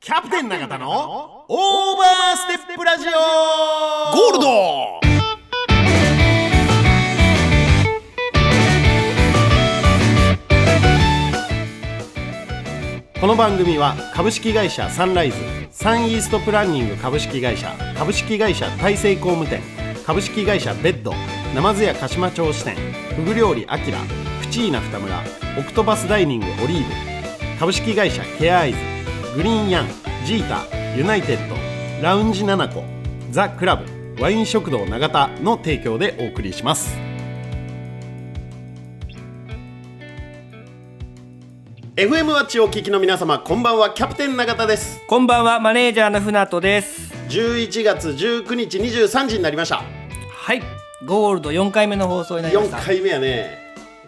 キャプテン永田のオーバーステップラジオゴールドこの番組は株式会社サンライズサンイーストプランニング株式会社株式会社大成工務店株式会社ベッドナマズ屋鹿島町支店フグ料理アキラプチーナ二村オクトパスダイニングオリーブ株式会社ケアアイズグリーンヤンジータユナイテッドラウンジナナコザ・クラブワイン食堂永田の提供でお送りします FM ワッチをお聞きの皆様こんばんはキャプテン永田ですこんばんは、マネージャーの船戸です。 11月19日23時になりましたはい、ゴールド4回目の放送になりま4した。回目やね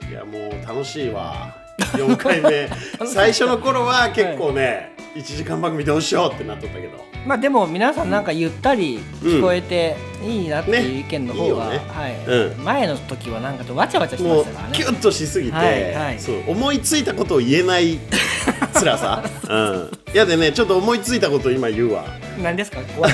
いやもう楽しいわ4回 目最初の頃は結構ね、1時間番組どうしようってなっとったけどまあでも皆さんなんかゆったり聞こえていいなってねいう意見の方が、いいよねはい、う前の時はなんかとわちゃわちゃしてまもうしたからねキ。ュッとしすぎて、はいはいそう思いついたことを言えない 辛さ、うん、いやでねちょっと思いついたことを今言うわ何ですか？怖い。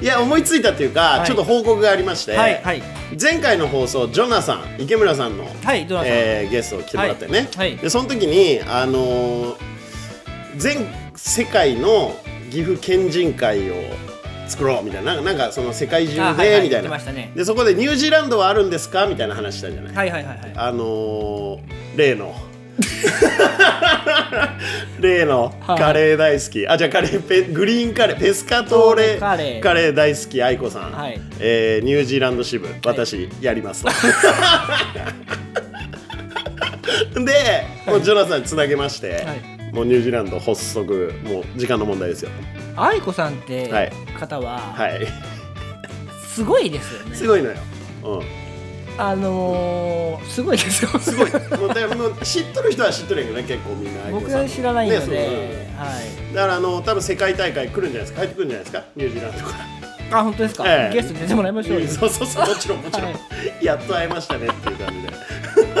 いや思いついたっていうか、はいちょっと報告がありまして、はいはい前回の放送ジョナサン池村さんの、はいどうなさん。えーゲストを来てもらってね、はいはいでその時に、あのー全世界の岐阜県人会を作ろうみたいななんかなんかその世界中で、あはいはいみたい言ってなましたねでそこでニュージーランドはあるんですかみたいな話したじゃない、はいはいはいはい。あのー例の 例のはいカレー大好き、あじゃあカレーペグリーンカレーペスカトーレカレーカレー大好き愛子さん、はいえーニュージーランド支部私、やり ますとでもうジョナサンにつなげまして、はいもうニュージーランド発足もう時間の問題ですよ愛子さんっはてい方ははいすごいですよね。すごいのよ、うん、あのー、すごいですよ。すすごい。もうだからもう知っとる人は知っとるんやけどね結構みんな愛子僕さんは知らないので、ねそううんはい。だからあの多分世界大会来るんじゃないですか帰ってくるんじゃないですかニュージーランドからあ本当ですか？ええゲストに出てもらいましょうよ。そうそうそうもちろんもちろん、はやっと会えましたねっていう感 じでそう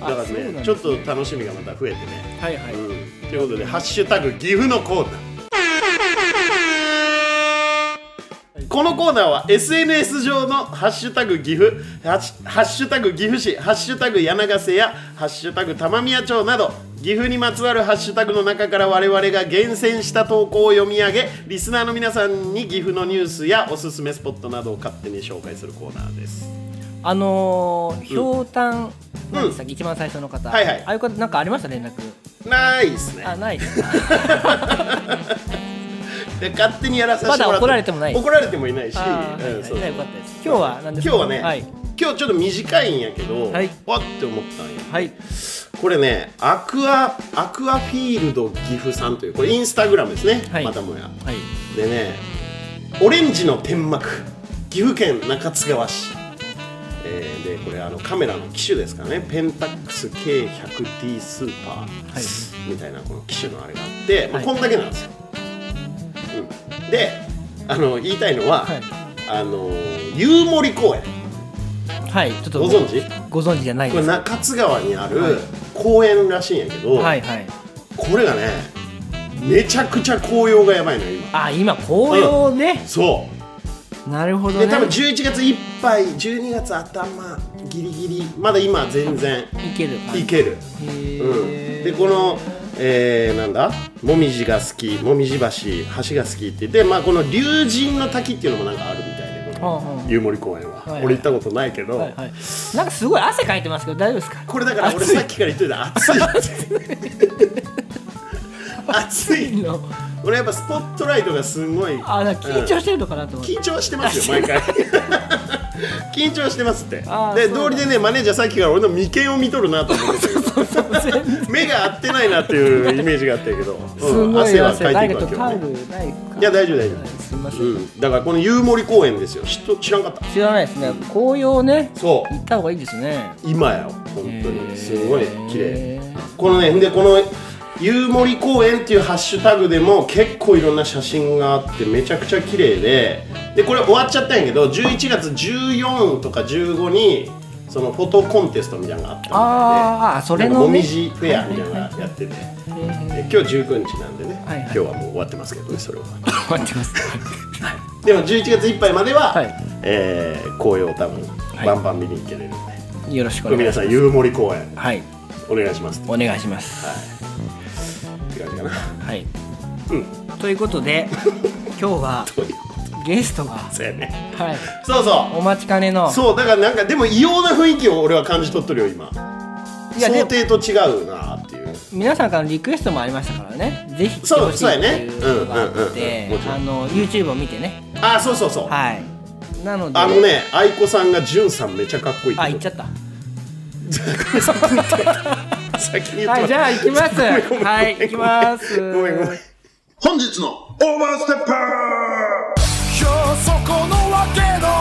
だからあそうなねんですねちょっと楽しみがまた増えてね、はいはい。うん、ということで「ハッシュタグ岐阜のコーナー」このコーナーは SNS 上の「ハッシュタグ岐阜」ハッシュ「ハッシュタグ岐阜市」「ハッシュタグ柳ヶ瀬」や「ハッシュタグ玉宮町」など岐阜にまつわるハッシュタグの中から我々が厳選した投稿を読み上げリスナーの皆さんに岐阜のニュースやおすすめスポットなどを勝手に紹介するコーナーですあのー、ひょうたん、んなんでしたっけ、一番最初の方、はいはいああいう方なんかありました連絡ないっすねあないですかで勝手にやらさせてもらってまだ怒られてもない怒られてもいないし、あー、うんはいそうじゃあよかったです今日は何です今か日はね、はい今日ちょっと短いんやけど、はいわって思ったんやはいこれねアクアアクアフィールド岐阜さんというこれインスタグラムですね、はいまたもやはいでねオレンジの天幕岐阜県中津川市えーでこれあのカメラの機種ですからねペンタックス K100D スーパー、みたいなこの機種のあれがあって、まあ、はいこんだけなんですよ、うん、であの言いたいのは、はいあの夕森公園はいちょっとご存知ご存知じゃないこでれす中津川にあはいる公園らしいんやけど、はいはいこれがねめちゃくちゃ紅葉がやばいのよ今あ今紅葉ね、そうなるほどねで多分11月いっぱい12月頭ギリギリまだ今全然いけるいける、へうん、ーでこのえー、なんだもみじが好きもみじ橋橋が好きって言って、まあ、この竜神の滝っていうのもなんかあるみたいでこはあはのあ湯森公園は、はいはい俺行ったことないけど、はいはいなんかすごい汗かいてますけど大丈夫ですかこれだから俺暑いさっきから言ってた暑いって暑いの俺やっぱスポットライトがすごいあなんか緊張うんしてるのかなと思って、緊張してますよ毎回緊張してますってあーでそ道うなんだ理でねマネージャーさっきから俺の眉間を見とるなと思ってたけど 目が合ってないなっていうイメージがあったけど、すうんごいは汗かい誰ていかくとわけタよオねルないかいや大丈夫大丈夫はいすみません、うん、だからこの夕森公園ですよ知っと知らんかった知らないですね紅葉ねそ行った方がいいですねう今よ本当へーにすごい綺麗このねでこの夕森公園っていうハッシュタグでも結構いろんな写真があってめちゃくちゃ綺麗ででこれ終わっちゃったんやけど11月14とか15にそのフォトコンテストみたいなのがあったみたいであーあそれのねなんかもみじフェアみたいなのがやってて、えで今日19日なんでね、はいはい今日はもう終わってますけどねそれはー待ってますでも11月いっぱいまでは、はいえー紅葉多分はいバンバン見に行けれるんで、よろしくこおれ願い皆しさまんす夕森公園はいお願いしますお願いしますはいって感じかなはいうんというこ とで今日はそういうこゲストがとそうやねはいそうそお待ちかねのうそうだからなんかでも異様な雰囲気を俺は感じ取ってるよ今いやで想も定と違うなっていう皆さんからのリクエストもありましたからねぜひ来てほしいそうそうっやてねいうのがあうんってうんうんうんもちろんあの YouTube を見てねあそうそうそう、はいなのであのね愛子さんがじゅんさんめちゃかっこいいあ行っちゃっったた先に言ってもらったはいじゃあ行きます ごめんはい行きますごめんごめん本日のオーバーステッパーそこのわけの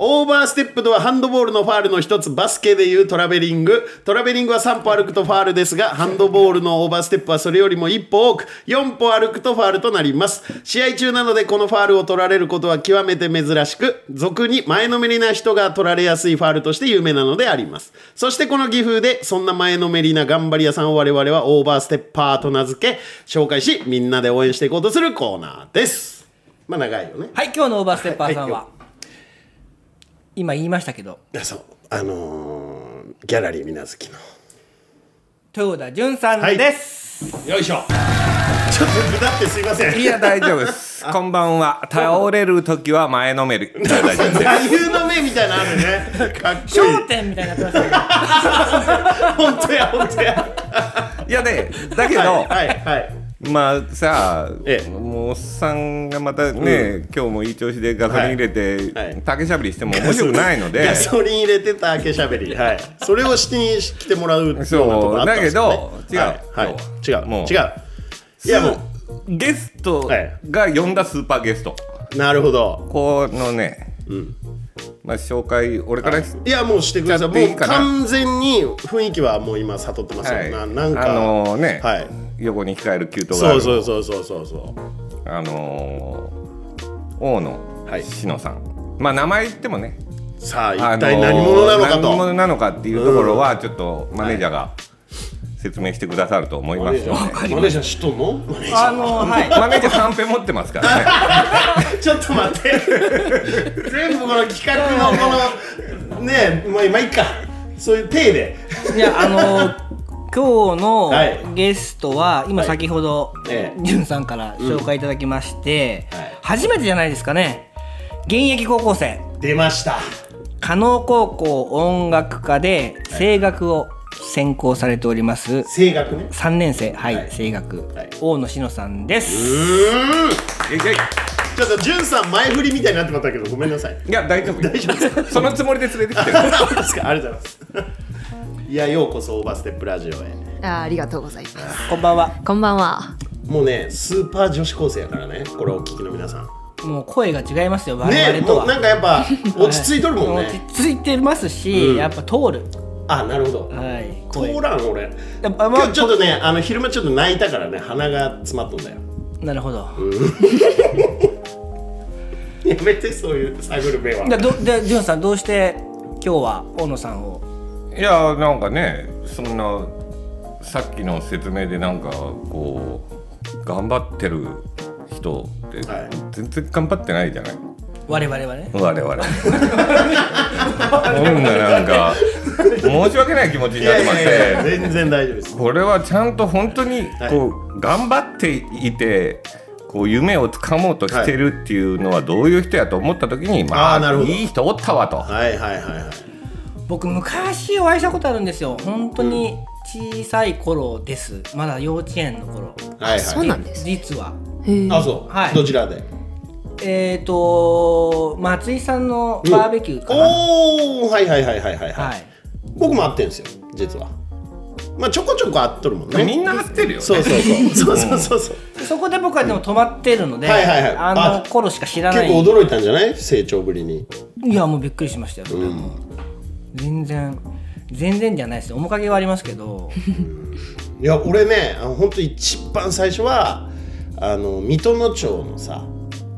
オーバーステップとはハンドボールのファールの一つバスケでいうトラベリングトラベリングは3歩歩くとファールですがハンドボールのオーバーステップはそれよりも1歩多く4歩歩くとファールとなります試合中なのでこのファールを取られることは極めて珍しく俗に前のめりな人が取られやすいファールとして有名なのでありますそしてこの岐阜でそんな前のめりな頑張り屋さんを我々はオーバーステッパーと名付け紹介しみんなで応援していこうとするコーナーですまあ長いよねはい今日のオーバーステッパーさんはいは今言いましたけどいやそうあのー、ギャラリーみなずきの豊田潤さんですよいしょちょっとだってすいませんいや大丈夫 です。こんばんは。倒れる時は前のめり。大丈夫です。座右の銘みたいなのあるねかっこいい焦点みたいになってましたけど本当や本当や いやね、だけど、はいはいはいまあさあ、ええもうおっさんがまたね、今日もいい調子でガソリン入れて、はいはい竹しゃぶりしても面白くないのでガ。ソリン入れてた明けしゃべりはいそれをしに来てもらうようなとこそろあうったんだでけすよねど、違う、はい、はい違うもう違ういやもゲストが呼んだスーパーゲスト、うなるほどこのね、まあ紹介俺からです、いやもうしてくださいちょっといもういかな完全に雰囲気はもう今悟ってますよ、はいななんかあのね、はい横に控える給湯があそうるそうそうそうそうそあのー、大はい野志乃さん、まあ名前言ってもねうさああ一の体ー何者なのかと、何者なのかっていうところはちょっとマネージャーが説明してくださると思いますので、マネージャー知っとんのマネージャーあのはいマネージャー三ペ持ってますからねちょっと待って 全部この企画のこのねえもう今いっかそういう体でいやあの今日はいのゲストは今先ほどええ潤さんから紹介いただきましてうんはい初めてじゃないですかね現役高校生出ました加納高校音楽科で声楽を専攻されております声楽ね3年生はい、はい声楽、はい大野志乃さんです、うーんいやいやちょっとじゅんさん前振りみたいになってまったけどごめんなさい いや大丈夫大丈夫そのつもりで連れてきてるそうですかありがとうございますいやようこそオーバーステップラジオへあーありがとうございます。こんばんはこんばんは。もうねスーパー女子高生やからねこれをお聞きの皆さんもう声が違いますよ我ね々ともは、うなんかやっぱ落ち着いとるもんはいね 落ち着いてますし、やっぱ通るあなるほどはい声通らん俺やっぱま今あ日ちょっとねあの昼間ちょっと泣いたからね鼻が詰まっとんだよ なるほど、やめてそういう探る目はじゃあどじゃあジュンさんどうして今日は大野さんをいやなんかねそんなさっきの説明でなんかこう頑張ってる人ってはい全然頑張ってないじゃない、我々はね我々ほんならなんか申し訳ない気持ちにいなやっていましてやいや全然大丈夫ですこれはちゃんと本当にこう、頑張っていてこう夢をつかもうとしてるっていうのはどういう人やと思った時に、まあーなるほあどいい人おったわと。はいはいはいはい僕昔お会いしたことあるんですよ本当に小さい頃ですまだ幼稚園の頃はいそうはいなんです。実はへえ。あそう、はいどちらでえっ、ー、と松井さんのバーベキューかな、おおはいはいはいはいはいはい、はい僕も会ってんですよ実はまあちょこちょこ会っとるもんねみんな合ってるよね。そうそうそうそうそうそうそうでそこで僕はでも止まってるので、はいはいはいああの頃しか知らな結い構驚いたんじゃない成長ぶりにいやもうびっくりしましたよ、全然全然じゃないですよ面影はありますけどいや俺ねあの本当一番最初はあの水戸野町のさ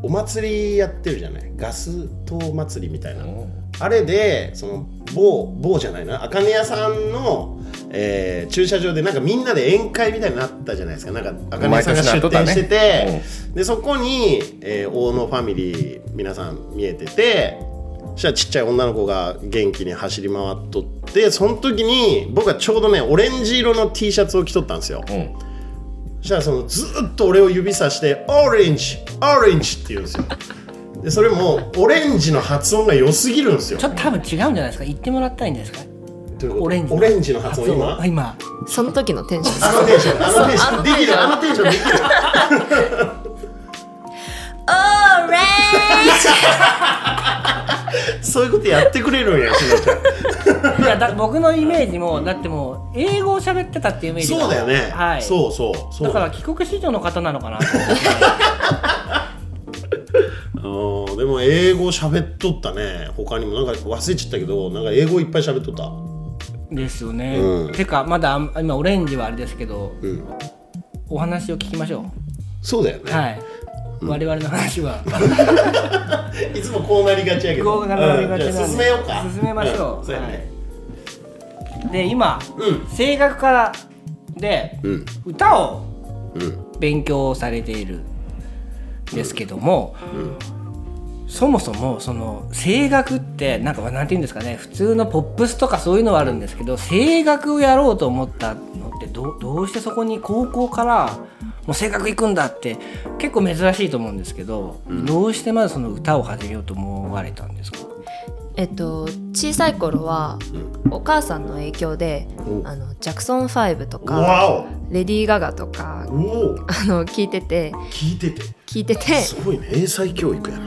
お祭りやってるじゃないガス灯祭りみたいなあれでその某某じゃないな茜屋さんの、えー駐車場でなんかみんなで宴会みたいになったじゃないですかなんか茜屋さんが出店してて、毎年なっとったねでそこに、えー大野ファミリー皆さん見えててそしたらちっちゃい女の子が元気に走り回っとってその時に僕はちょうどねオレンジ色の T シャツを着とったんですよ。うんそしたらそのずーっと俺を指さして「オレンジオレンジ」って言うんですよでそれもオレンジの発音が良すぎるんですよちょっと多分違うんじゃないですか言ってもらったらいいんじゃないですかどういうことオレンジオレンジの発音今あ今その時のテンションあのテンションあのテンションできるあのテンションできるオレそういうことやってくれるんやしのちゃんいやだ僕のイメージもだってもう英語を喋ってたっていうイメージがそうだよね、はいそうそうそうだから帰国子女の方 なのかなと思ってうんでも英語喋っとったね他にもなんか忘れちゃったけどなんか英語いっぱい喋っとったですよね、うんてかまだあん今オレンジはあれですけどうんお話を聞きましょそうだようね、はい、我々の話はい、つもこうなりがちやけどこうなりがちなんでうんじゃあ進めようか進めましょうんそうやね、で今、うん声楽家でうん歌をうん勉強されているんですけども、そもそもその声楽ってなんかなんて言うんですかね普通のポップスとかそういうのはあるんですけど声楽をやろうと思ったのってどうどうしてそこに高校からもう声楽行くんだって結構珍しいと思うんですけど、どうしてまずその歌を始めようと思われたんですかえっと小さい頃はお母さんの影響であのジャクソン5とかわレディー・ガガとかおおおあの聞いてて聞いてて聞いててすごいね英才教育や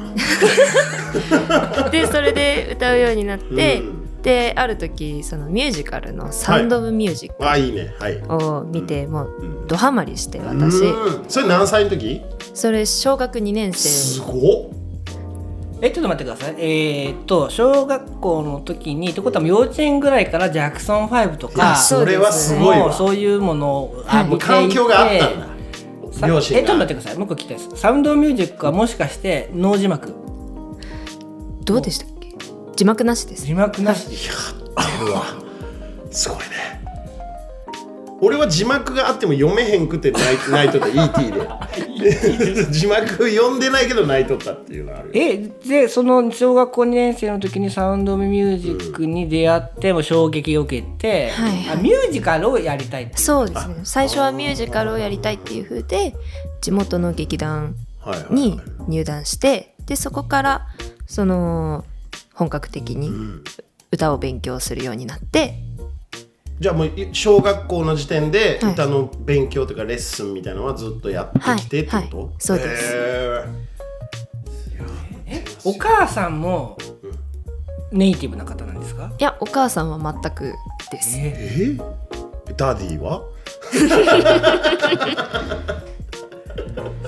なでそれで歌うようになって、うんである時そのミュージカルの「サウンド・オブ・ミュージックあいいねはい」を見て、もううんドハマりして私、うんそれ何歳の時それ小学2年す生ごっえちょっと待ってくださいえーっと小学校の時にってことは幼稚園ぐらいからジャクソン5とかあそれはすごいもうわそういうものをはい見ていて環境があったんさだ両親がえちょっと待ってくださいもう一個聞きたいですサウンドミュージックはもしかしてノー字幕どうでしたっけ字幕なしです字幕なしでうわすごいね俺は字幕があっても読めへんくて泣い泣いとった ET で字幕読んでないけど泣いとったっていうのはあるよえでその小学校2年生の時にサウンドミュージックに出会ってもう衝撃を受けて、はいはいあミュージカルをやりたいってそうですね最初はミュージカルをやりたいっていう風で地元の劇団はいはいはいに入団してでそこからその本格的にん歌を勉強するようになってじゃあもう小学校の時点ではい歌の勉強とかレッスンみたいなのはずっとやってきてってこと、はいはいそうですへお母さんもネイティブな方なんですかいやお母さんは全くですええダディは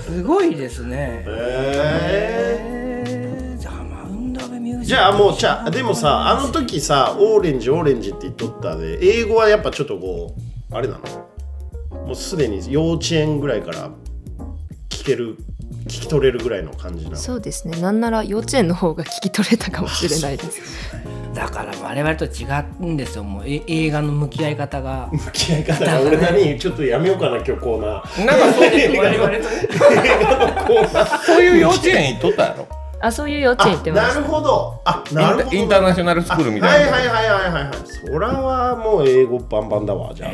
すごいですねえええーじゃあマウンド・オブ・ミュージックじゃあもうじゃあでもさあの時さオーレンジオーレンジって言っとったで英語はやっぱちょっとこうあれなのもうすでに幼稚園ぐらいから聞ける聞き取れるぐらいの感じなのそうですねなんなら幼稚園の方が聞き取れたかもしれないですだから我々と違うんですよもうえ映画の向き合い方が向き合い方が俺何ちょっとやめようかな今日コーナーなんかそ う映画の我々とねコーナ ーそういう幼稚園行っとったやろあそういう幼稚園行ってあまなするほどあインタなるほどインターナショナルスクールみはたいいな、はいはいはいはいはいそらはもう英語バンバンだわじゃあ、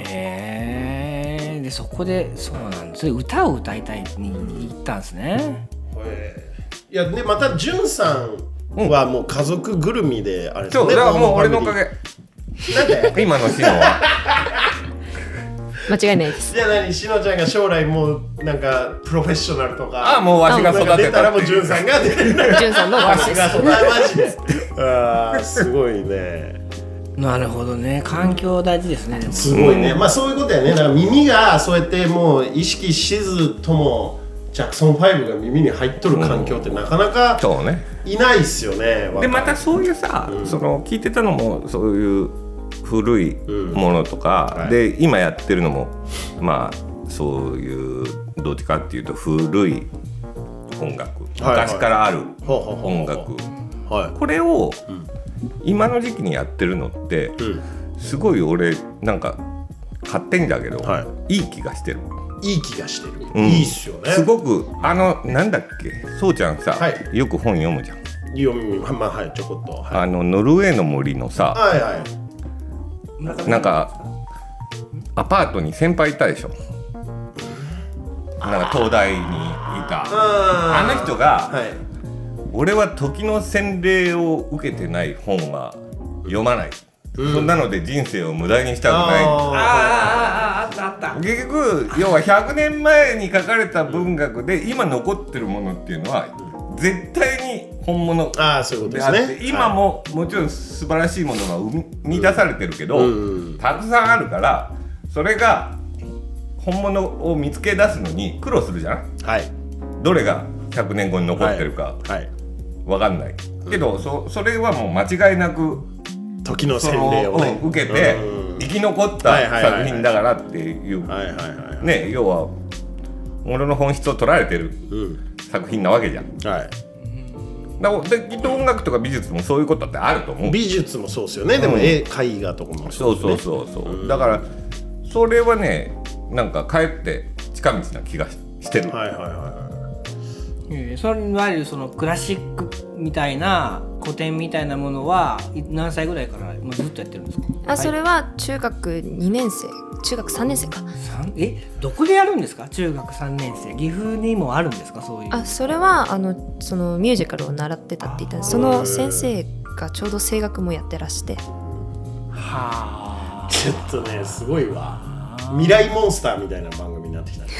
えー、でそこでそうなんですそれ歌を歌いたいに行ったんですねえーいやでまたじゅんさんはもう家族ぐるみであれですそうねだからもう俺のおファかミリげーなんで今のシノ は間違いないですじゃあ何しのちゃんが将来もうなんかプロフェッショナルとかああもうわしが育なんかて出たたらっもてうじいゅうんさんが出てるじゅんさんのおわ母しさんが育てマジであーすごいねなるほどね環境大事ですねでもすごいね、まあそういうことやねだから耳がそうやってもう意識しずともジャクソン5が耳に入っとる環境ってなかなかそうねいないっすよね、で若いまたそういうさ、その聞いてたのもそういう古いものとか、うんはいで今やってるのもまあそういうどっちかっていうと古い音楽はいはい昔からあるほうほうほうほう音楽はいこれを今の時期にやってるのって、すごい俺なんか勝手にだけど、、はいい気がしてる、いい気がしてる、うんいいっすよねすごくあのなんだっけそうちゃんさ、はいよく本読むじゃん、読みまあまあはいちょこっとはいあのノルウェーの森のさはいはいなんかアパートに先輩いたでしょなんか東大にいたあの人が、はい俺は時の洗礼を受けてない本は読まない、そんなので人生を無駄にしたくなああああいあああったあった結局要は100年前に書かれた文学で今残ってるものっていうのは絶対に本物でああそういうことあっでて、すね今ももちろん素晴らしいものが生み生み出されてるけど、うんたくさんあるからそれが本物を見つけ出すのに苦労するじゃんはいどれが100年後に残ってるかはいわかんない、けどそそれはもう間違いなく時のそ洗礼の、をねうん受けてうん生き残はいっはたいはいはい作品だからっていうはいはいはいはいね要は俺の本質を取られてるうん作品なわけじゃんはいだからできっと音楽とか美術もそういうことってあると思う美術もそうですよねでもうん絵絵画とかもそうですそねうそうそうだからそれはねなんか帰って近道な気がししてる、はいはいはいええそれいわゆるそのクラシックみたいな古典みたいなものはい何歳ぐらいからもうずっとやってるんですかあそれは中学2年生中学3年生か三えどこでやるんですか中学3年生岐阜にもあるんですかそういうあそれはあのそのミュージカルを習ってたって言ったんですその先生がちょうど声楽もやってらしてはあちょっとねすごいわ未来モンスターみたいな番組になってきたね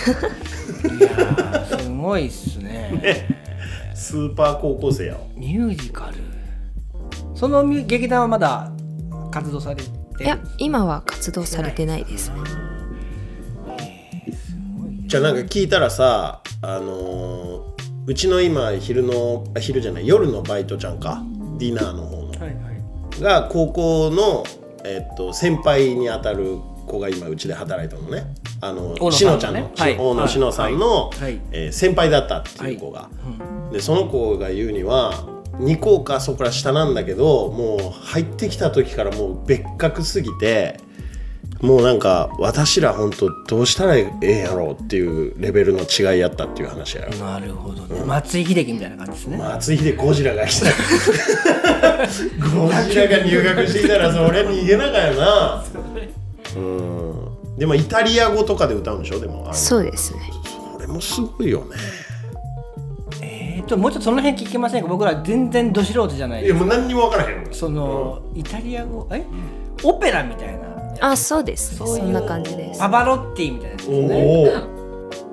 いやーすごいっすねスーパー高校生やわミュージカルそのミュ劇団はまだ活動されていや今は活動されてないですねじゃあなんか聞いたらさあのーうちの今昼のあ昼じゃない夜のバイトちゃんかディナーの方のはいはいが高校の、えっと、先輩にあたる子が今うちで働いたのねあの大野しさのんちゃのんのねはいし大野しのさんの、はいはいえー先輩だったっていう子が、でその子が言うには2校かそこら下なんだけどもう入ってきた時からもう別格すぎてもうなんか私ら本当どうしたらええんやろうっていうレベルの違いやったっていう話やよなるほどね、松井秀喜みたいな感じですね、松井秀喜 ゴジラが来たゴジラが入学してきたらそれ逃げながらなうんでもイタリア語とかで歌うんでしょでもあれそうですねそれもすごいよねえー、ともうちょっとその辺聞けませんか僕ら全然ど素人じゃないいでやすもう何にも分からへんその、イタリア語えオペラみたいなあそうですねそういうそんな感じですパバロッティみたいなやつおですね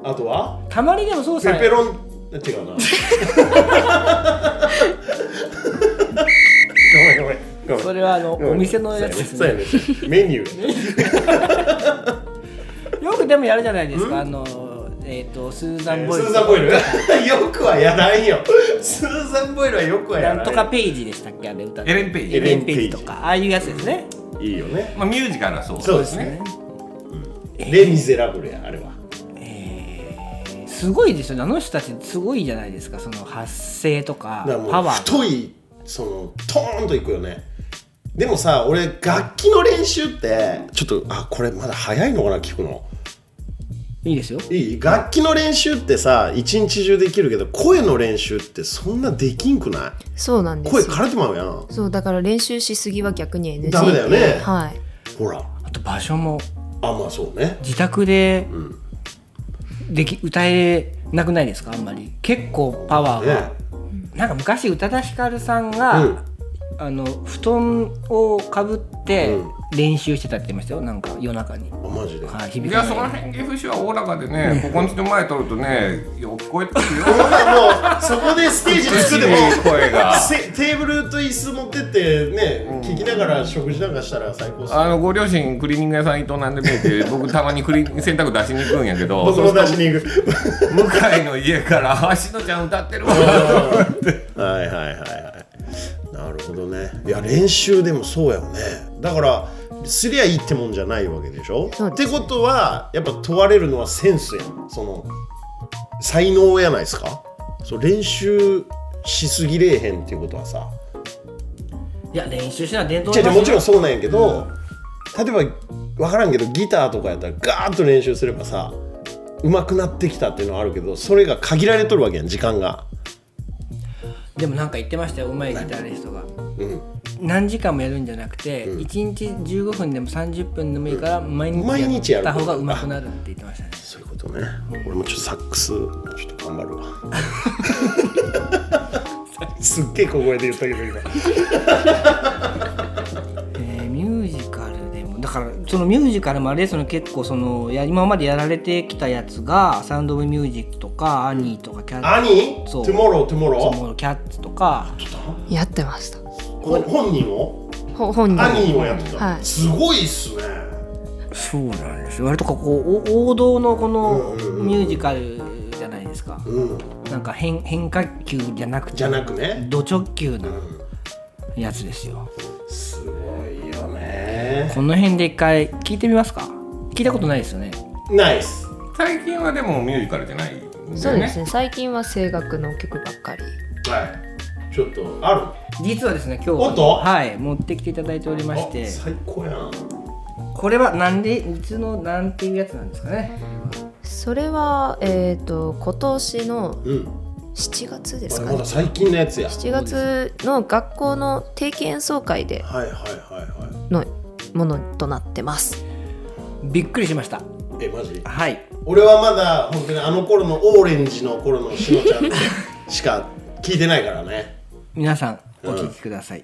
おあとはたまにでもそうさペペロン違うなごめんごめんごめんそれはあのお店のやつですそうねやねそうやねメニューよくでもやるじゃないですかあのえっ、とスーザン・ボイスルーザン・ボイルよくはやらんよスーザン・ボイルはよくはやらんなよんとかページでしたっけあれ歌ってエレン・ペイエレジ、エレンンペペーージジとかああいうやつですねいいよねまあ、ミュージカルはそうそうですねレ・ミゼラブルやあれはすごいですよねあの人たちすごいじゃないですかその発声とかだからもパうワー太いそのトーンといくよねでもさ俺楽器の練習ってちょっとあこれまだ早いのかな聞くのいいですよいい楽器の練習ってさ一日中できるけど声の練習ってそんなできんくなそうなんいです声よ枯れてまうやんそうだから練習しすぎは逆に NG ダメだよねはいほらあと場所もあまあそうね自宅でんでき歌えなくないですかあんまり結構パワーが、ねなんか昔宇多田ヒカルさんが、うんあの布団をかぶってうん練習してたって言いましたよなんか夜中に、あマジではい、い響やかそのない辺岐阜市はおおらかでねここんちの前通るとねよく聞こえてくる よほらもうそこでステージ作っても美しい声がせテーブルと椅子持ってってね、聞きながら食事なんかしたら最高っすよあのご両親クリーニング屋さん伊藤なんで見えて 僕たまにクリ洗濯出しに行くんやけど僕も出しに行く向井の家から「あしのちゃん歌ってるわ」はいはいはいはいなるほどねいや練習でもそうやよねだからすりゃいいってもんじゃないわけでしょそうっですてことはやっぱ問われるのはセンスやんその才能やないですかそう練習しすぎれえへんっていうことはさいや練習しな伝統違う違うもちろんんそうなんやけど、例えば分からんけどギターとかやったらガーッと練習すればさ上手くなってきたっていうのはあるけどそれが限られとるわけやん時間が。でもなんか言ってましたようまいギタリストがうん、何時間もやるんじゃなくて、一1日15分でも30分でもいいから毎毎日日ややるった方が上手くなるって言ってましたねそういうことね俺もちょっとサックスちょっと頑張るわ すっげえ小声で言ったけど今えーミュージカルでもだからそのミュージカルもあれその結構そのや今までやられてきたやつが「サウンド・オブ・ミュージック」とか「アニー」とか「キャッ兄そうトゥモロートゥモロツ」もうキャッツ」とかやってましたーほ本人をほ本人兄をやってた、はいすごいっすねそうなんですよ割とこうお王道のこのミュージカルじゃないですか、うんなんか変変化球じゃなくてじゃなくねド直球なやつですよすごいよねこの辺で一回聞いてみますか聞いたことないですよねナイス最近はでもミュージカルじゃないんだよねそうですね最近は声楽の曲ばっかりはいちょっとある実はですね今日おっとははい持ってきていただいておりましてあ最高やんこれはなんでいつのなんていうやつなんですかねそれはえっ、と今年のうん7月であすれかまだね最近のやつや7月の学校の定期演奏会ではいはいはいはのものとなってますびっくりしましたいえマジはい俺はまだ本当にあの頃のオーレンジの頃のしのちゃんしか聞いてないからね皆さんお聞きください、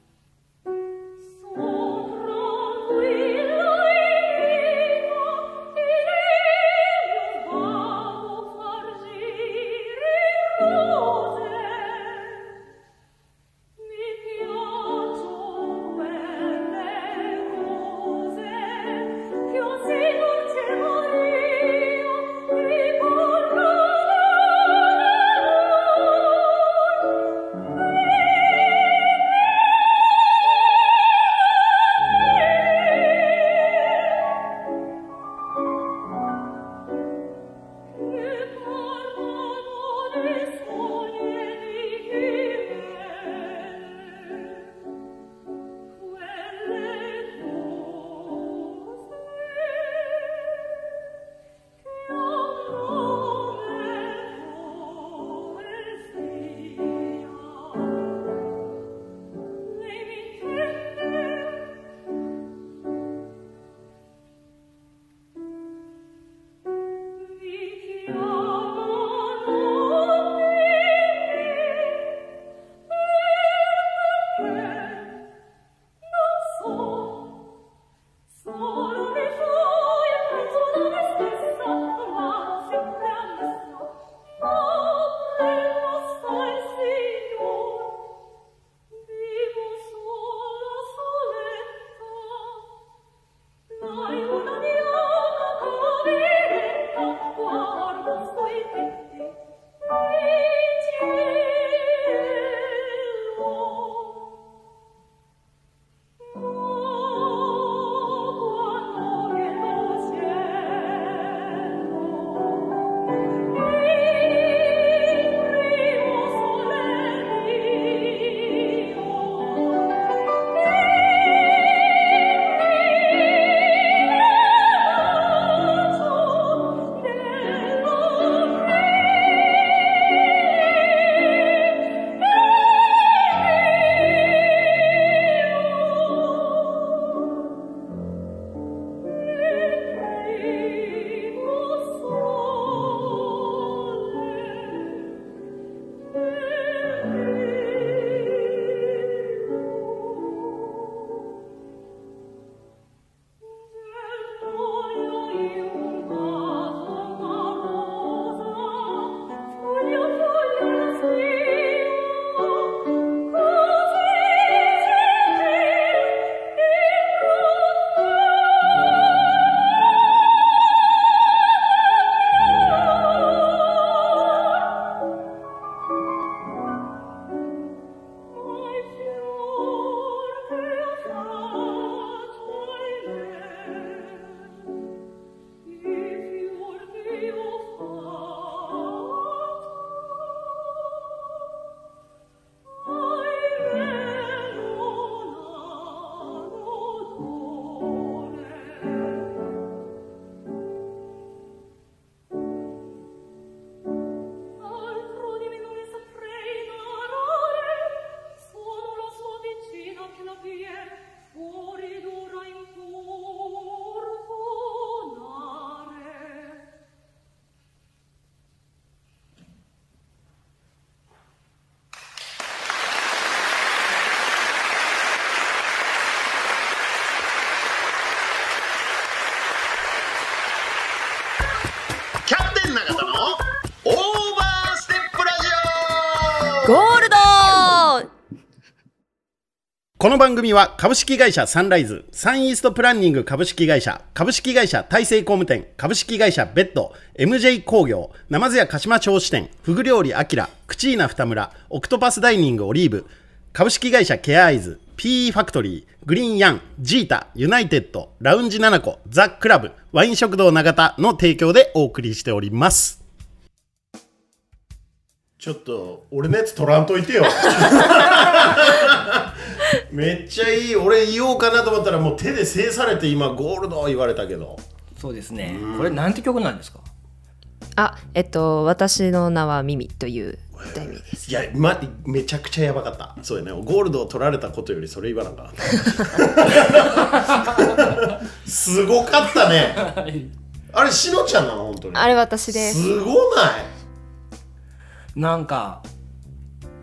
Thank you. この番組は株式会社サンライズ、サンイーストプランニング株式会社、株式会社大成工務店、株式会社ベッド、MJ 工業、ナマズ屋鹿島町支店、フグ料理アキラ、クチーナ二村、オクトパスダイニングオリーブ、株式会社ケアアイズ、PE ファクトリー、グリーンヤン、ジータ、ユナイテッド、ラウンジ7個、ザ・クラブ、ワイン食堂長田の提供でお送りしております。ちょっと、俺のやつ取らんとい てよ。めっちゃいい俺言おうかなと思ったらもう手で制されて今ゴールド言われたけどそうですねこれなんて曲なんですかあえっと私の名はミミという歌意味ですいや、ま、めちゃくちゃやばかったそうやねゴールドを取られたことよりそれ言わなかったすごかったねあれしのちゃんなの本当にあれ私ですすごないなんか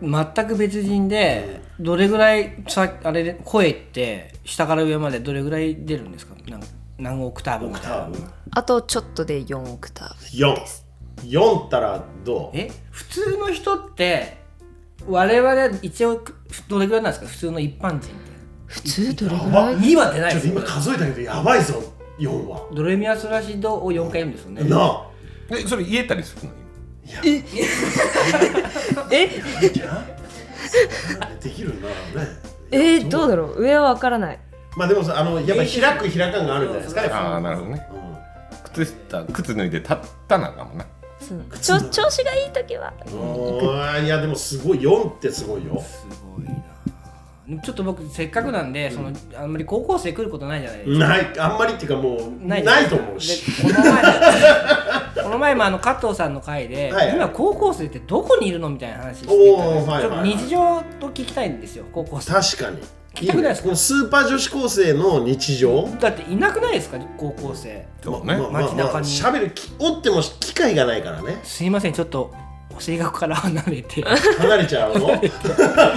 全く別人でどれぐらいさあれで声って下から上までどれぐらい出るんですかなんか何オクターブみたい多な分あとちょっとで4オクター44ったらどうえ普通の人って我々は一応どれぐらいなんですか普通の一般人ってブ普通どれぐらい2は出ないちょでっすとよ今数えたけどやばいぞ4はドレミア・ソラシドを4回言うんですよねなあでそれ言えたりするのえできるんだろうねえー、どうだろう上は分からないまあでもさあのやっぱ開く開かんがあるんじゃないですかねああなるほどねうん靴下靴脱いで立ったなか もなそうちょ調子がいい時はうんいやでもすごい4ってすごいよすごいなでもちょっと僕せっかくなんで、そのあんまり高校生来ることないじゃないですか、ないあんまりっていうかもうないじゃと思うしでこの 前この前もあの加藤さんの回で、はいはい今高校生ってどこにいるのみたいな話してたんおですーはいはいちょっとはい日常と聞きたいんですよ高校生確かに聞きたくないですねかこのスーパー女子高生の日常だっていなくないですか高校生そうまね、あまあまあ街中にしゃべるき折っても機会がないから ねすいませんちょっと性格から離れ て離れちゃうの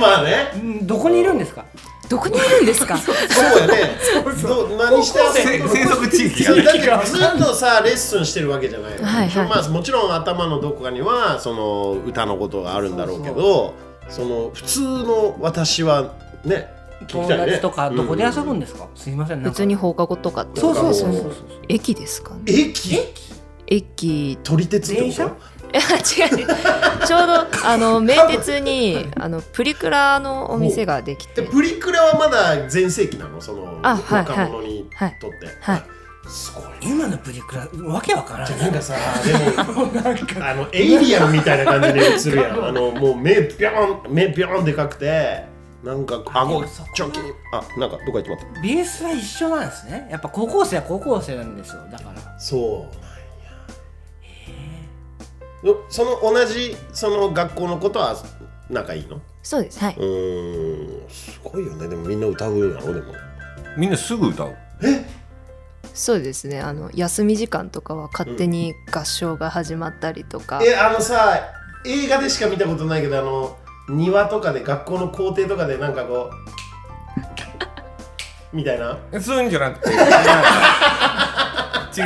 まあねうんどこにいるんですかどこにいるんです かそうやねどう何してせ生息地域そうがねだってずっとさレッスンしてるわけじゃないの、はいはいまあ、もちろん頭のどこかにはその歌のことがあるんだろうけどその普通の私はね聞き友たいね達とかどこで遊ぶんだ、ですか、すいませんなんか普通に放課後とかってそうそうそそううそそううそ駅ですかねうん駅駅撮り鉄って電こ車いや違う違うちょうどあの名鉄にあのプリクラのお店ができとてでプリクラはまだ全盛期なのそのあはい若者にとって、はいすごいね今のプリクラわけわからんじゃあなないんかさでももうなんかあのエイリアンみたいな感じで映るや んあのもう目ビョーン目ビョーンでかくてなんか顎チョキあなんかどこ行ってもらったベースは一緒なんですねやっぱ高校生は高校生なんですよだからそうなんやその同じその学校のことは仲いいのそうですはいうーんすごいよねでもみんな歌うんやろでもみんなすぐ歌うそうですねあの休み時間とかは勝手に合唱が始まったりとか、えあのさ映画でしか見たことないけどあの庭とかで学校の校庭とかでなんかこう みたいなえそういうんじゃなく て違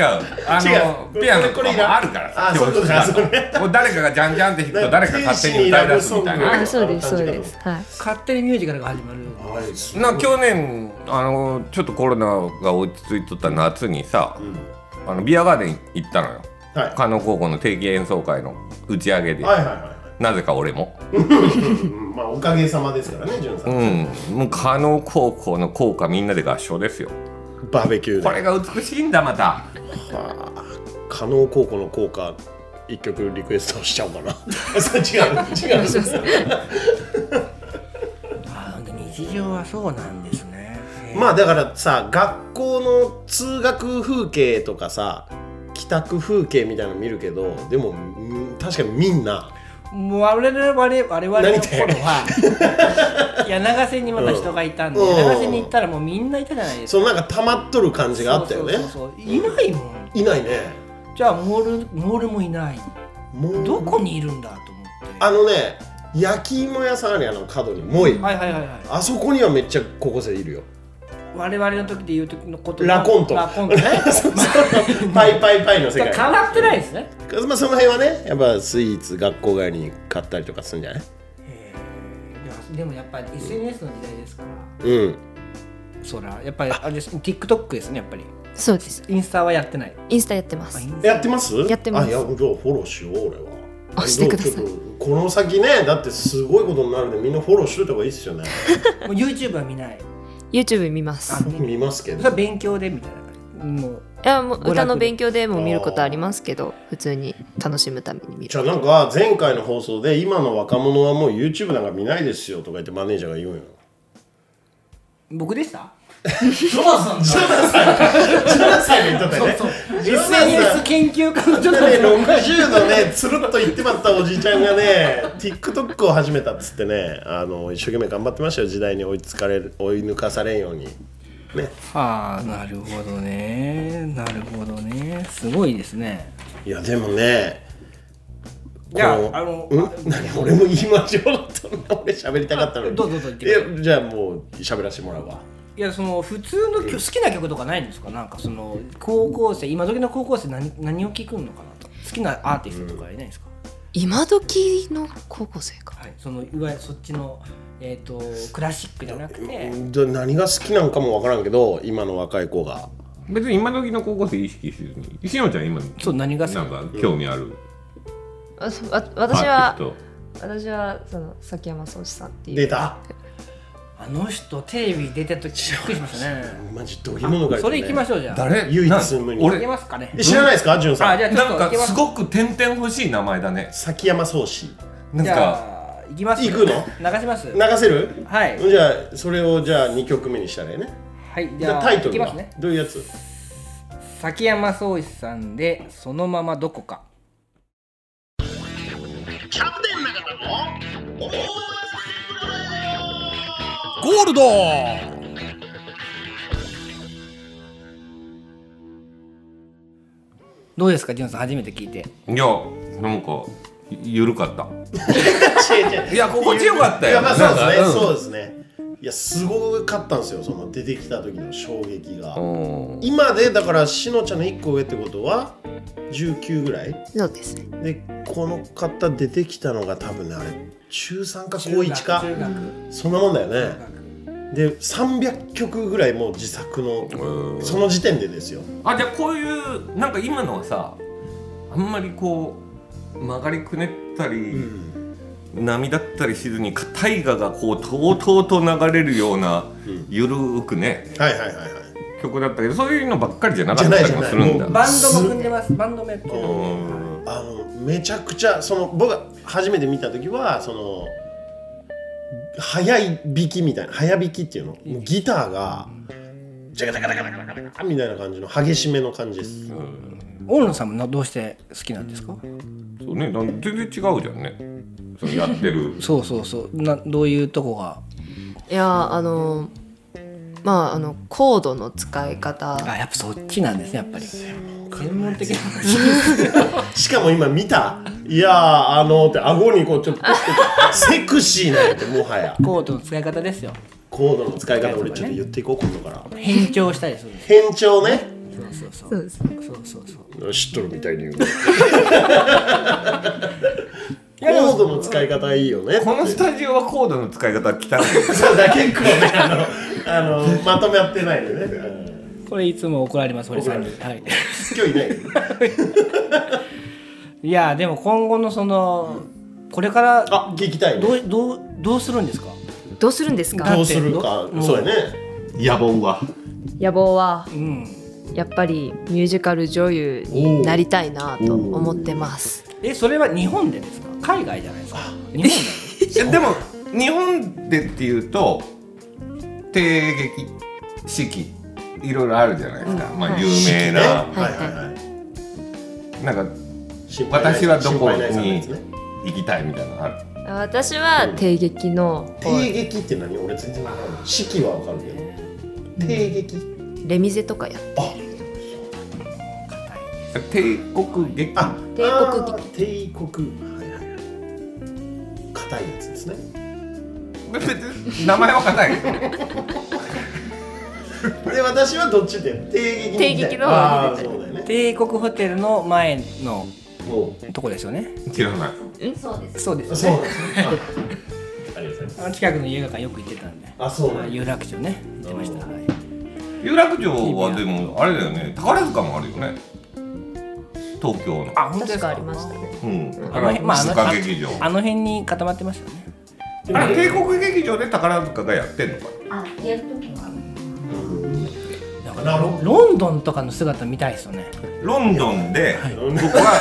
うあの違うピアノとこれこれいからんもあるからさあそういうことだ教室だともう誰かがじゃんじゃんって弾くと誰か勝手に歌い出すみた天使にラブソングいなあそうですあそうですはい勝手にミュージカルが始まるなな去年あのちょっとコロナが落ち着いとった夏にさ、あのビアガーデン行ったのよはい加納高校の定期演奏会の打ち上げで、はいはいはなぜか俺もい、うん、まあおかげさまですからねじゅんさ、うんんもう加納高校の校歌みんなで合唱ですよバーベキューこでれが美しいんだまた加納高校の校歌一曲リクエストしちゃおうか なそれ違う違うあー日常はそうなんですねまあだからさ学校の通学風景とかさ帰宅風景みたいなの見るけどでもうん確かにみんなもう我々我々我々の何頃だよは 柳瀬にまた人がいたんで、うん柳瀬に行ったらもうみんないたじゃないですかそのなんか溜まっとる感じがあったよねそうそうそういないもんいないねじゃあモールモールもいないもうどこにいるんだと思ってあのね焼き芋屋さんあるやんあの角にもういはいはいはいはいあそこにはめっちゃ高校生いるよ我々の時で言う時のことラコントラコ ントねパイパイパイの世変界わってないですねまあその辺はねやっぱスイーツ学校外に買ったりとかするんじゃないえーでもでもやっぱり SNS の時代ですからうんそらやっぱりあれです TikTok ですねやっぱりそうですインスタはやってないインスタやってますやってますやってますあいやじゃあフォローしよう俺はあしてくださいちょっとこの先ねだってすごいことになるんでみんなフォローしといた方がいいですよねもう YouTube は見ない YouTube 見ますあ見見ますけそどれは勉強でみたいな感じもういやもう娯楽歌の勉強でも見ることありますけど普通に楽しむために見じるゃあなんか前回の放送で今の若者はもう YouTube なんか見ないですよとか言ってマネージャーが言うんよ僕でしたジョナサンだジョナサンが言っとったよねそうジョナサン SNS 研究家のジョナがねサ60ンのねつるっと言ってまったおじちゃんがね TikTok を始めたっつってねあの一生懸命頑張ってましたよ時代に追いつかれる追い抜かされんようにねああなるほどねなるほどねすごいですねいやでもねじゃあこうあのうん、何俺も言いましょうだったの俺喋りたかったのにどうぞどうぞ言っていやじゃあもう喋らせてもらうわいやその普通の曲好きな曲とかないんですかなんかその高校生今時の高校生何何を聴くのかなと好きなアーティストとかいないですか、今時の高校生かはい、そのいわゆるそっちの、えー、とクラシックじゃなくてじゃあ何が好きなんかもわからんけど今の若い子が別に今時の高校生意識せずに石野ちゃん今そう何が好きなんか興味あるあそわアー私ティはスト私はその崎山壮志さんってい出うたあの人テレビ出た時びっくりしましたねマジどぎものがそれ行きまょしょうじゃあ誰唯一なん無二行け俺ますかね知らないですかじゅんさあんじゃあちょっとなん行けまかすすごく点々欲しい名前だね崎山壮志なんじかゃあ行きます行くの流します流せるはいじゃあそれをじゃあ2曲目にしたらいいねはいじじゃゃああタイト行きルまはすねどういうや つ崎山壮一さんでそのままどこかゴールドどうですかジュンさん初めて聞いていやなんかゆるかったいいや心地よかったよいやまあそうですね、なんかうんそうですねいやすごかったんですよその出てきた時の衝撃が、うん今でだからしのちゃんの1個上ってことは19ぐらいそうですねでこの方出てきたのが多分ねあれ中3か高1か中学そんなもんだよねで300曲ぐらいもう自作のその時点でですよあじゃあこういうなんか今のはさあんまりこう曲がりくねったり、うん波だったりしずに大河がこうとうとうと流れるようなうんゆるーくねはいはいはいはい曲だったけどそういうのばっかりじゃなかったりもするんじゃないじゃないだもうバンドも組んでますバンドもやってるうんあのめちゃくちゃその僕が初めて見た時はその早い弾きみたいな早弾きっていうのもうギターがジャガジャガジャガジャガジャガみたいな感じの激しめの感じです大野さんもなどうして好きなんですかそうねなん全然違うじゃんねそのやってるそうそうそうなどういうとこがいやあのまああのコードの使い方あやっぱそっちなんですねやっぱり専門的なしかも今見たいやーあのーって顎にこうちょっとセクシーなんやってもはやコートの使い方ですよコードの使い方俺ちょっと言っていこう今度から変調したりするんです変調ねそうそうそそううですそうそうそう知っとるみた いに言うのコードの使い方いいよねって このスタジオはコードの使い方汚い そうだ結構ねあのあのまとめ合ってないでね、うんこれいつも怒られます堀さんに、はい、今日いないいやでも今後のそのこれからあ聞きたいどねうどうどうするんですかどうするんですどかうするかだってそうやね野望は野望はうんやっぱりミュージカル女優になりたいなと思ってますえそれは日本でですか海外じゃないですか日本でいやでも日本でっていうと帝劇式いろいろあるじゃないですか、まあはい有名な、はいはいはい、なんか心配ない私はど心こ配ないさんのやにつね行きたいみたいなのある私は帝劇の定劇って何俺全然わからない式はわかるけど定劇レミゼとかやあ帝国劇あ帝国劇帝国はいはいはい硬いやつですね別に名前は硬いけどで私はどっちで定劇帝劇のああーそうだよね帝国ホテルの前のもとこですよね 知らないそうですそうですうそうよなんねですねあありがとうございますあの近くの映画館よく行ってたんであそうなんはい有楽町ね行ってました、はい有楽町はでもあれだよね宝塚もあるよね東京のあ確かありましたねうんあの辺まああの宝塚劇場あの辺に固まってましたねあれ帝国劇場で宝塚がやってんのかあ、やるときは。だからロロンドンとかの姿見たいですよねなロンドンで僕は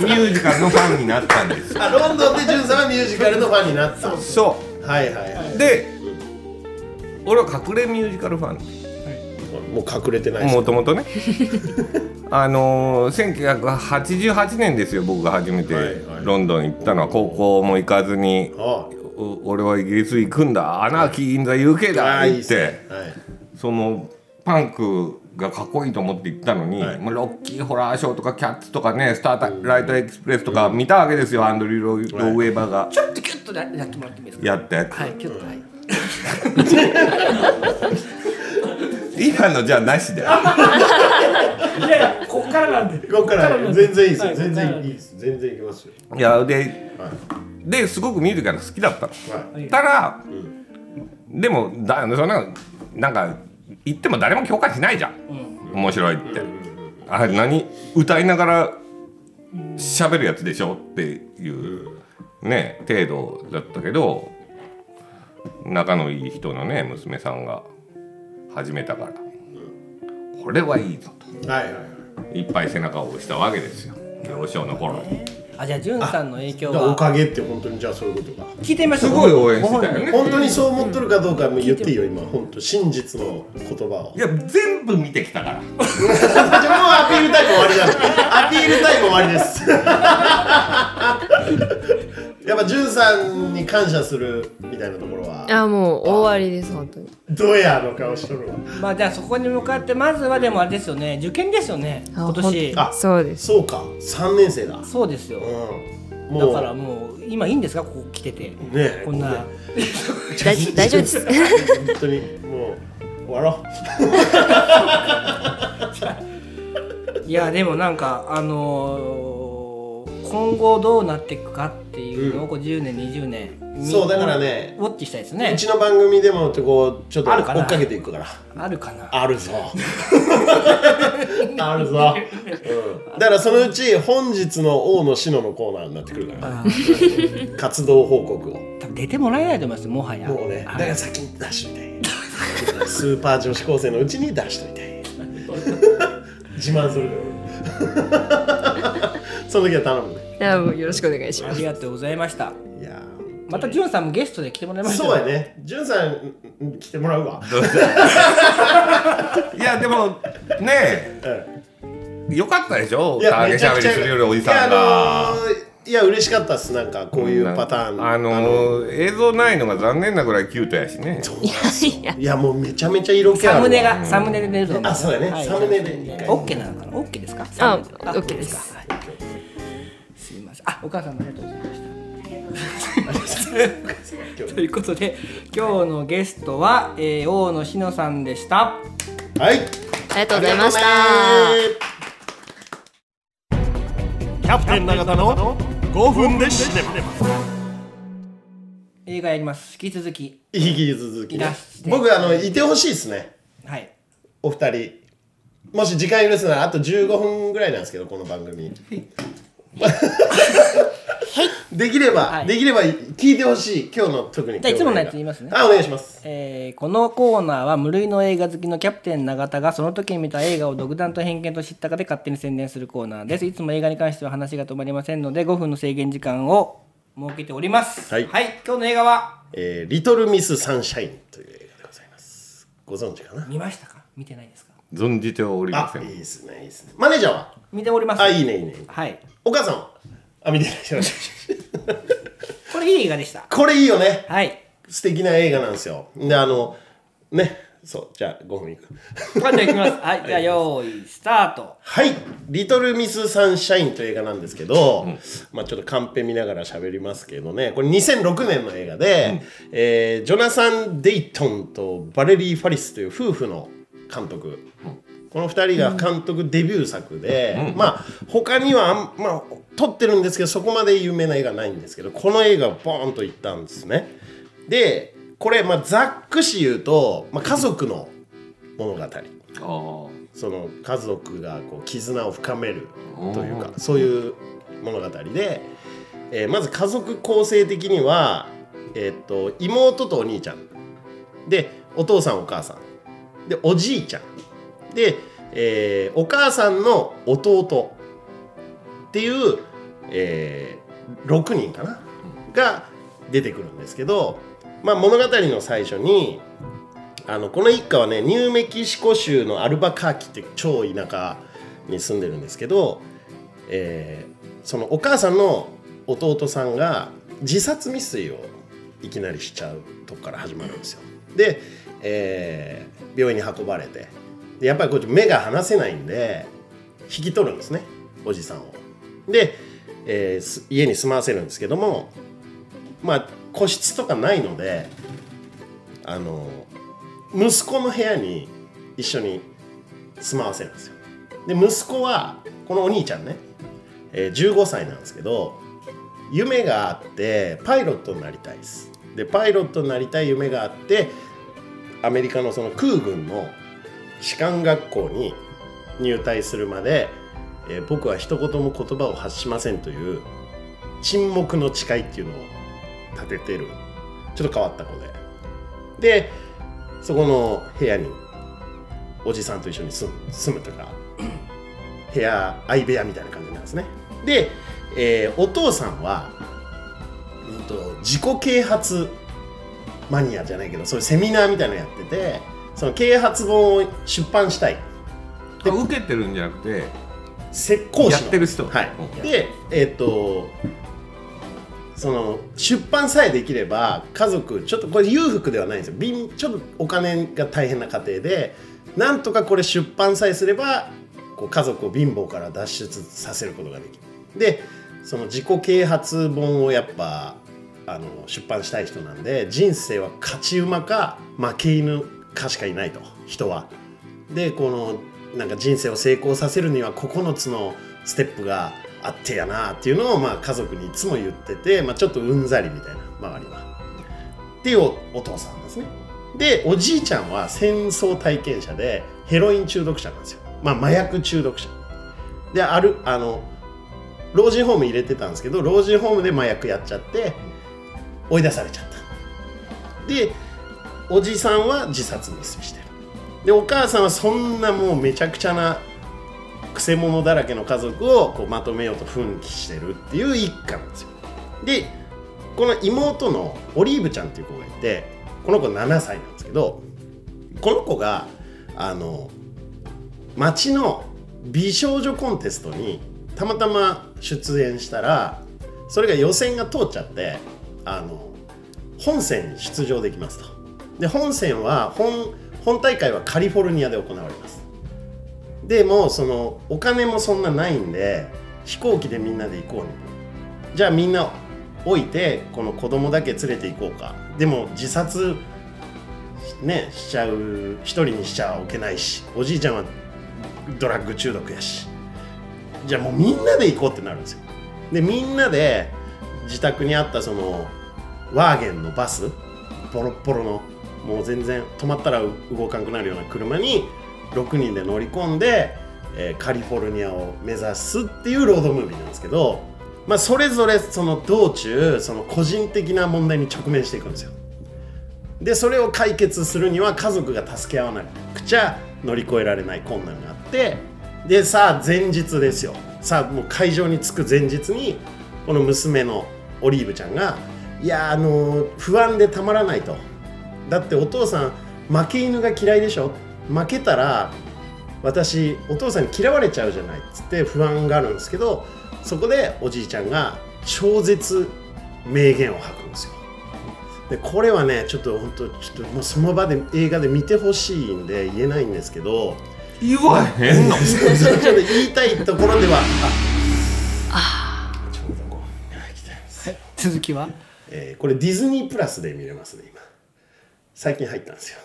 ミュージカルのファンになったんですよあロンドンでジュンさんはミュージカルのファンになったはそいはいはうで俺は隠れミュージカルファンいもう隠れてないしもともとね あのー、1988年ですよ僕が初めはいてはいロンドン行ったのは高校も行かずにあお俺はイギリス行くんだアナーキー・イン・ザ・ UK あだあいい言っっすてねはいそのパンクがかっこいいと思って行ったのに、はいもうロッキーホラーショーとかキャッツとかねスタータライトエクスプレスとか見たわけですよ、アンドリューロイ・ロウェーバーがちょっとキュッとやってもらってもいいですやったやつ、はいキュッとはい今のじゃあなしでいやいやここからなんでここから全然いいですよ全は然いいいです全然いきますよいやではですごくミュージカル好きだったの。いはただ、でもだそんななんか言っても誰も共感しないじゃん、面白いって、あれ何歌いながら喋るやつでしょっていう、ね程度だったけど仲のいい人のね娘さんが始めたから、これはいいぞといはいはいはいいっぱい背中を押したわけですよ幼少の頃に。あじゃあ潤さんの影響だからおはかげって本当にじゃあそういうことか聞いてみましょすうごい応援してたよね本当にそう思っとるかどうかも言っていいよ今本当真実の言葉をいや全部見てきたからじゃあもうアピールタイム終わり だアピールタイム終わりです やっぱじゅんさんに感謝するみたいなところはあもう終わりです本当にドヤの顔しとるわまあじゃあそこに向かってまずはでもあれですよね受験ですよねあ今年ほんあそうですそうか3年生だそうですようんだもうからもう今いいんですかここ来ててねこんな大大丈夫です 本当にもう終わろいやでもなんかあのー今後どうなっていくかっていうのをこう10年20年みそうだからねウォッチしたいですうねうちの番組でもこうちょっと追あるかなっかけていくからあるかなあるぞ あるぞ、うん、だからそのうち本日の王の志乃のコーナーになってくるからあ活動報告を多分出てもらえないと思いますよもはやもうね、だはいから先に出しといて。スーパー女子高生のうちに出しとい て。自慢するから。 その時は頼むね。あもうよろしくお願いしまあすりがとうございましたいやーまたじゅんさんもゲストで来てもらいましたそうや ね。じゅんさんんん来てもらうわ。 いやでもねうんえよかったでしょいタや、ーゲめしちゃゃべくちゃ。りするよりおじさんいや、あがの。ーいや嬉しかったっす。なんかこういうパターン。あのー映像ないのが残念なぐらいキュートやしねいやいやいやもうめちゃめちゃ色気あるサわムネがサムネで出ると思あそうだねサムネで一回オッケーなのかなオッケーですかあサムネオッケーですかはいすいませんあお母さんもありがとうござい ましたということで今日のゲストは、えー、大野志乃さんでしたはい。ありがとうございましあたりがとうねキャプテン永田の5分でシネマ映画やります引き続き引き続きいねらして僕あのいてほしいですねはいお二人もし時間許すならあと15分ぐらいなんですけどこの番組できれば、はいできれば聞いてほしい今日の特にじゃあいつものや今日映つ画言いますねあお願いしますえーこのコーナーは無類の映画好きのキャプテン永田がその時に見た映画を独断と偏見と知ったかで勝手に宣伝するコーナーですいつも映画に関しては話が止まりませんので5分の制限時間を設けておりますはい今日の映画はえーリトルミスサンシャインという映画でございますご存知かな見ましたか見てないですか存じておりまあせいいんですねいいですねマネージャーは見ておりますあいいねいいねはいお母さんはあ見てない 人これいい映画でしたこれいいよねはい素敵な映画なんですよであのねそうじゃあ5分いくまあじゃあいきますはいじゃあ用意スタートはい「リトル・ミス・サンシャイン」という映画なんですけど、まあ、ちょっとカンペ見ながら喋りますけどねこれ2006年の映画で、えージョナサン・デイトンとバレリー・ファリスという夫婦の監督この2人が監督デビュー作で、まあ他にはあん、まあ、撮ってるんですけどそこまで有名な映画ないんですけどこの映画をボーンといったんですねでこれ、まあ、ざっくし言うと、まあ、家族の物語あその家族がこう絆を深めるというかそういう物語で、えーまず家族構成的には、えーっと妹とお兄ちゃんでお父さんお母さんでおじいちゃんで、えーお母さんの弟っていう、えー6人かなが出てくるんですけど、まあ、物語の最初にあのこの一家はねニューメキシコ州のアルバカーキっていう超田舎に住んでるんですけど、えーそのお母さんの弟さんが自殺未遂をいきなりしちゃうとこから始まるんですよ。で、えー病院に運ばれてでやっぱりこっち目が離せないんで引き取るんですねおじさんを。で、えーす家に住まわせるんですけどもまあ個室とかないのであの息子の部屋に一緒に住まわせるんですよで息子はこのお兄ちゃんね、えー15歳なんですけど夢があってパイロットになりたいですでパイロットになりたい夢があってアメリカのその空軍の士官学校に入隊するまで、えー僕は一言も言葉を発しませんという沈黙の誓いっていうのを立ててるちょっと変わった子ででそこの部屋におじさんと一緒に住む住むというか部屋相部屋みたいな感じなんですねで、えーお父さんは、うん、と自己啓発マニアじゃないけどそういうセミナーみたいなのやっててその啓発本を出版したいあ受けてるんじゃなくてせ講師のやってる人はいうんでえっ、とその出版さえできれば家族ちょっとこれ裕福ではないんですよ貧ちょっとお金が大変な家庭でなんとかこれ出版さえすればこう家族を貧乏から脱出させることができるでその自己啓発本をやっぱあの出版したい人なんで人生は勝ち馬か負け犬かしかいないと人は。でこのなんか人生を成功させるには9つのステップがあってやなっていうのをまあ家族にいつも言ってて、まあ、ちょっとうんざりみたいな周りは。っていうおお父さんですね。でおじいちゃんは戦争体験者でヘロイン中毒者なんですよ。まあ麻薬中毒者。であるあの老人ホーム入れてたんですけど老人ホームで麻薬やっちゃって追い出されちゃった。でおじさんは自殺未遂してる。でお母さんはそんなもうめちゃくちゃなくせ者だらけの家族をこうまとめようと奮起してるっていう一家なんですよでこの妹のオリーブちゃんっていう子がいてこの子7歳なんですけどこの子があの町の美少女コンテストにたまたま出演したらそれが予選が通っちゃってあの本戦に出場できますとで本戦は本本大会はカリフォルニアで行われますでもそのお金もそんなないんで飛行機でみんなで行こうねじゃあみんな置いてこの子供だけ連れて行こうかでも自殺ねしちゃう一人にしちゃおけないしおじいちゃんはドラッグ中毒やしじゃあもうみんなで行こうってなるんですよでみんなで自宅にあったそのワーゲンのバスボロッボロのもう全然止まったら動かんくなるような車に6人で乗り込んで、えーカリフォルニアを目指すっていうロードムービーなんですけど、まあ、それぞれその道中その個人的な問題に直面していくんですよでそれを解決するには家族が助け合わなくちゃ乗り越えられない困難があってでさあ前日ですよさあもう会場に着く前日にこの娘のオリーブちゃんがいやーあのー不安でたまらないとだってお父さん負け犬が嫌いでしょ負けたら私お父さんに嫌われちゃうじゃないっつって不安があるんですけどそこでおじいちゃんが超絶名言を吐くんですよでこれはねちょっと本当ちょっともうその場で映画で見てほしいんで言えないんですけど言 わへ んのちょっと言いたいところでは続きはえーこれディズニープラスで見れますね今最近入ったんですよ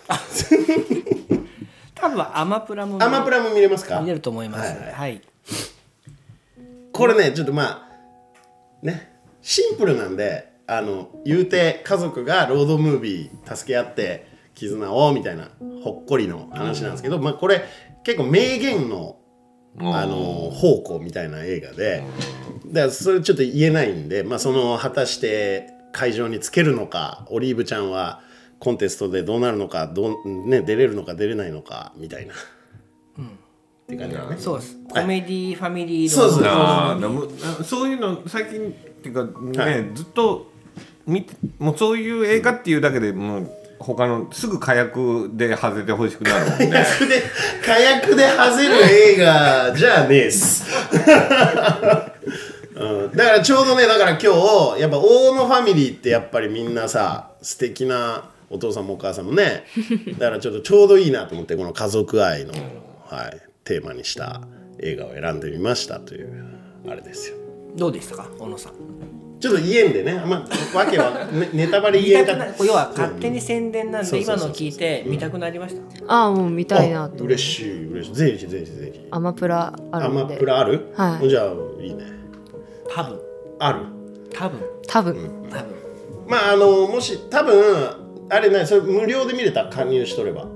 多分アマプラもアマプラも見れますか見れると思います。ははいい、これねちょっとまあねシンプルなんであの言うて家族がロードムービー助け合って絆をみたいなほっこりの話なんですけど、まあ、これ結構名言のあの方向みたいな映画でだからそれちょっと言えないんで、まあ、その果たして会場につけるのかオリーブちゃんはコンテストでどうなるのかどう、ね、出れるのか出れないのかみたいな。って感じだね。そうです。コメディファミリーそうそうあーでもあそういうの最近っていうかね、はいずっと見てもうそういう映画っていうだけでもう他のすぐ火薬で外れてほしくなるもん 火ね。薬で、火薬でハゼる映画じゃねえっす。 うん、だからちょうどねだから今日やっぱ大野ファミリーってやっぱりみんなさ素敵なお父さんもお母さんもね だからちょっとちょうどいいなと思ってこの家族愛の、はい、テーマにした映画を選んでみましたというあれですよどうでしたか、小野さん。ちょっと言えんでねあんまわけは、ね、ネタバレ言え見んかたっくたな要は勝手に宣伝なんそで、うそう今そうそうの聞いて見たくなりました。ああもう見たいなと嬉しい嬉しいぜひぜひぜひアマプラあアるマんでプラある、はいじゃあいいね多分、ある多分、多分、多分。まああのもし多分あれねそれ無料で見れた加入しとれば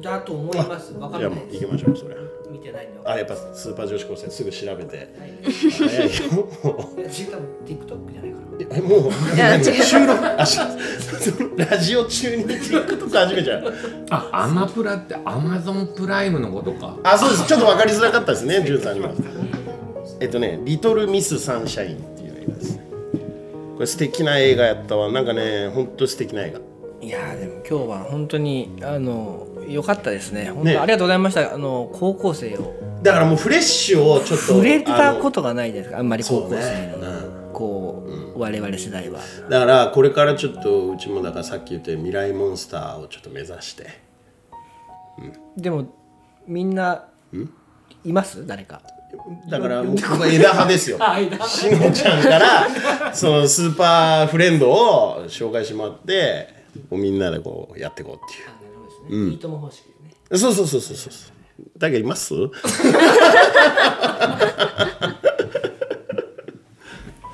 だと思います。わかじゃあんなもいうで行すき。ましょうそれ見てないんでわかんあやっぱスーパー女子高生すぐ調べて早いよもない。いや違う多分 TikTok じゃないかな。うえもういや違う収録あし そのラジオ中に TikTok 始めちゃう あアマプラってアマゾンプライムのことかあそうですちょっと分かりづらかったですねジュンさんにはえっとね「リトル・ミス・サンシャイン」っていう映画ですねこれ素敵な映画やったわなんかねほんと素敵な映画いやーでも今日は本当にあの良かったですね。本ね当ありがとうございました。あの高校生をだからもうフレッシュをちょっと触れたとことがないじゃないですか。あんまり高校そ生うねのこう我々世代は。だからこれからちょっとうちもだからさっき言ったように未来モンスターをちょっと目指してでもみんないます誰か。だから僕は枝葉です よしのちゃんからそのスーパーフレンドを紹介してもらってこうみんなでこうやっていこうっていいとも方式ね。いうそうそうそうそうそうだけどいます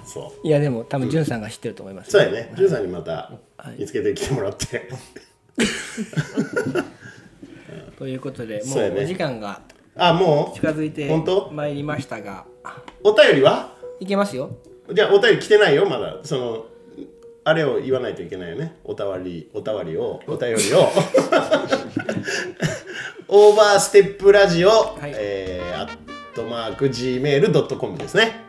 そういやでも多分んさんが知ってると思います。そうやね、ジュンさんにまた見つけてきてもらって、ということでもそうやねうお時間があも近づいて本当まいりましたが、うお便りはいけますよ。じゃあお便り来てないよまだそのあれを言わないといけないよねおたわりおたわりをお便り をオーバーステップラジオ、いえー、アットマーク Gmail.com ですね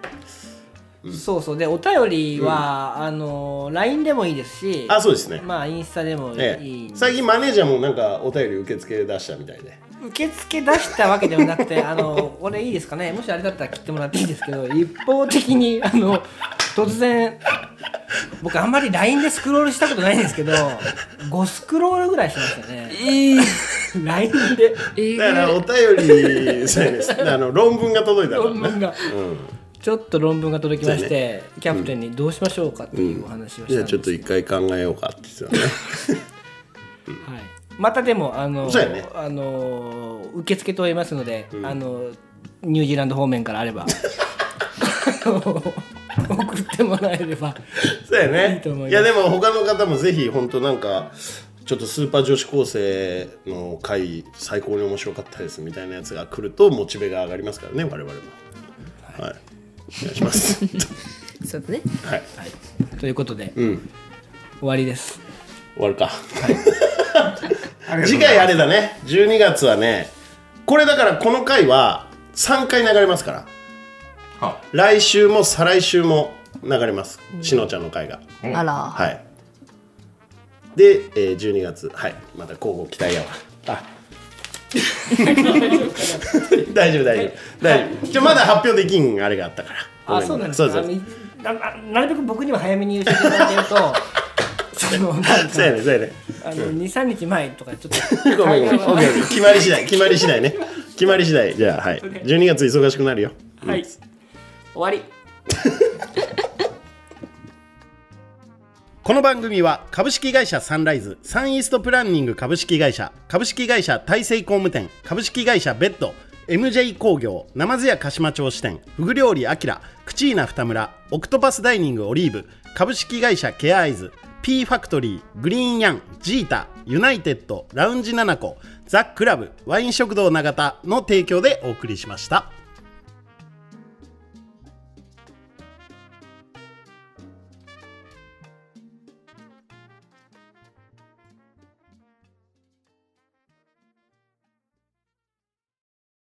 そうそうでお便りは、あの LINE でもいいですし。あそうですね、まあインスタでもいい、ええ、最近マネージャーもなんかお便り受付出したみたいで受付出したわけではなくて あのこれいいですかねもしあれだったら切ってもらっていいですけど一方的にあの突然僕あんまり LINE でスクロールしたことないんですけど5スクロールぐらいしましたね LINE でえだからお便りそうやねあの論文が届いたから論ね文がちょっと論文が届きまして、キャプテンにどうしましょうかというお話をしじゃたあんちょっでとす一回考えようかって言ってたねはい、またでもあの、そうやねあの受付とおりますので、あのニュージーランド方面から あればあの送ってもらえればそうやね。いいと思いますやでも他の方もぜひ本当なんかちょっとスーパー女子高生の回最高に面白かったですみたいなやつが来るとモチベが上がりますからね我々も。はい。お願いします。そうだねはい。ということで、ん終わりです終わるか。ありがとう次ござ回いますあれだね。12月はね、これだからこの回は3回流れますから。は来週も再来週も流れます。しのちゃんの回が。あら、はい。で、えー、12月、はい、また交互期待やわ。あ 大丈夫、大丈夫、大丈夫。じゃまだ発表できんあれがあったから。ごあめそうなんですそかうそうそうあのなななるべく僕にも早めに言っていただけると そのなんかそうやね、そうやね。あの23日前とかちょっとごめん、ごめん、オッ ケーオッケー決まり次第、決まり次第ね。決まり次第、じゃあ、はい、12月忙しくなるよ。はい終わりこの番組は株式会社サンライズサンイーストプランニング株式会社株式会社大成工務店株式会社ベッド MJ 工業ナマズ屋鹿島町支店フグ料理アキラクチーナ二村オクトパスダイニングオリーブ株式会社ケアアイズ P ファクトリーグリーンヤンジータユナイテッドラウンジナナコザ・クラブワイン食堂永田の提供でお送りしました。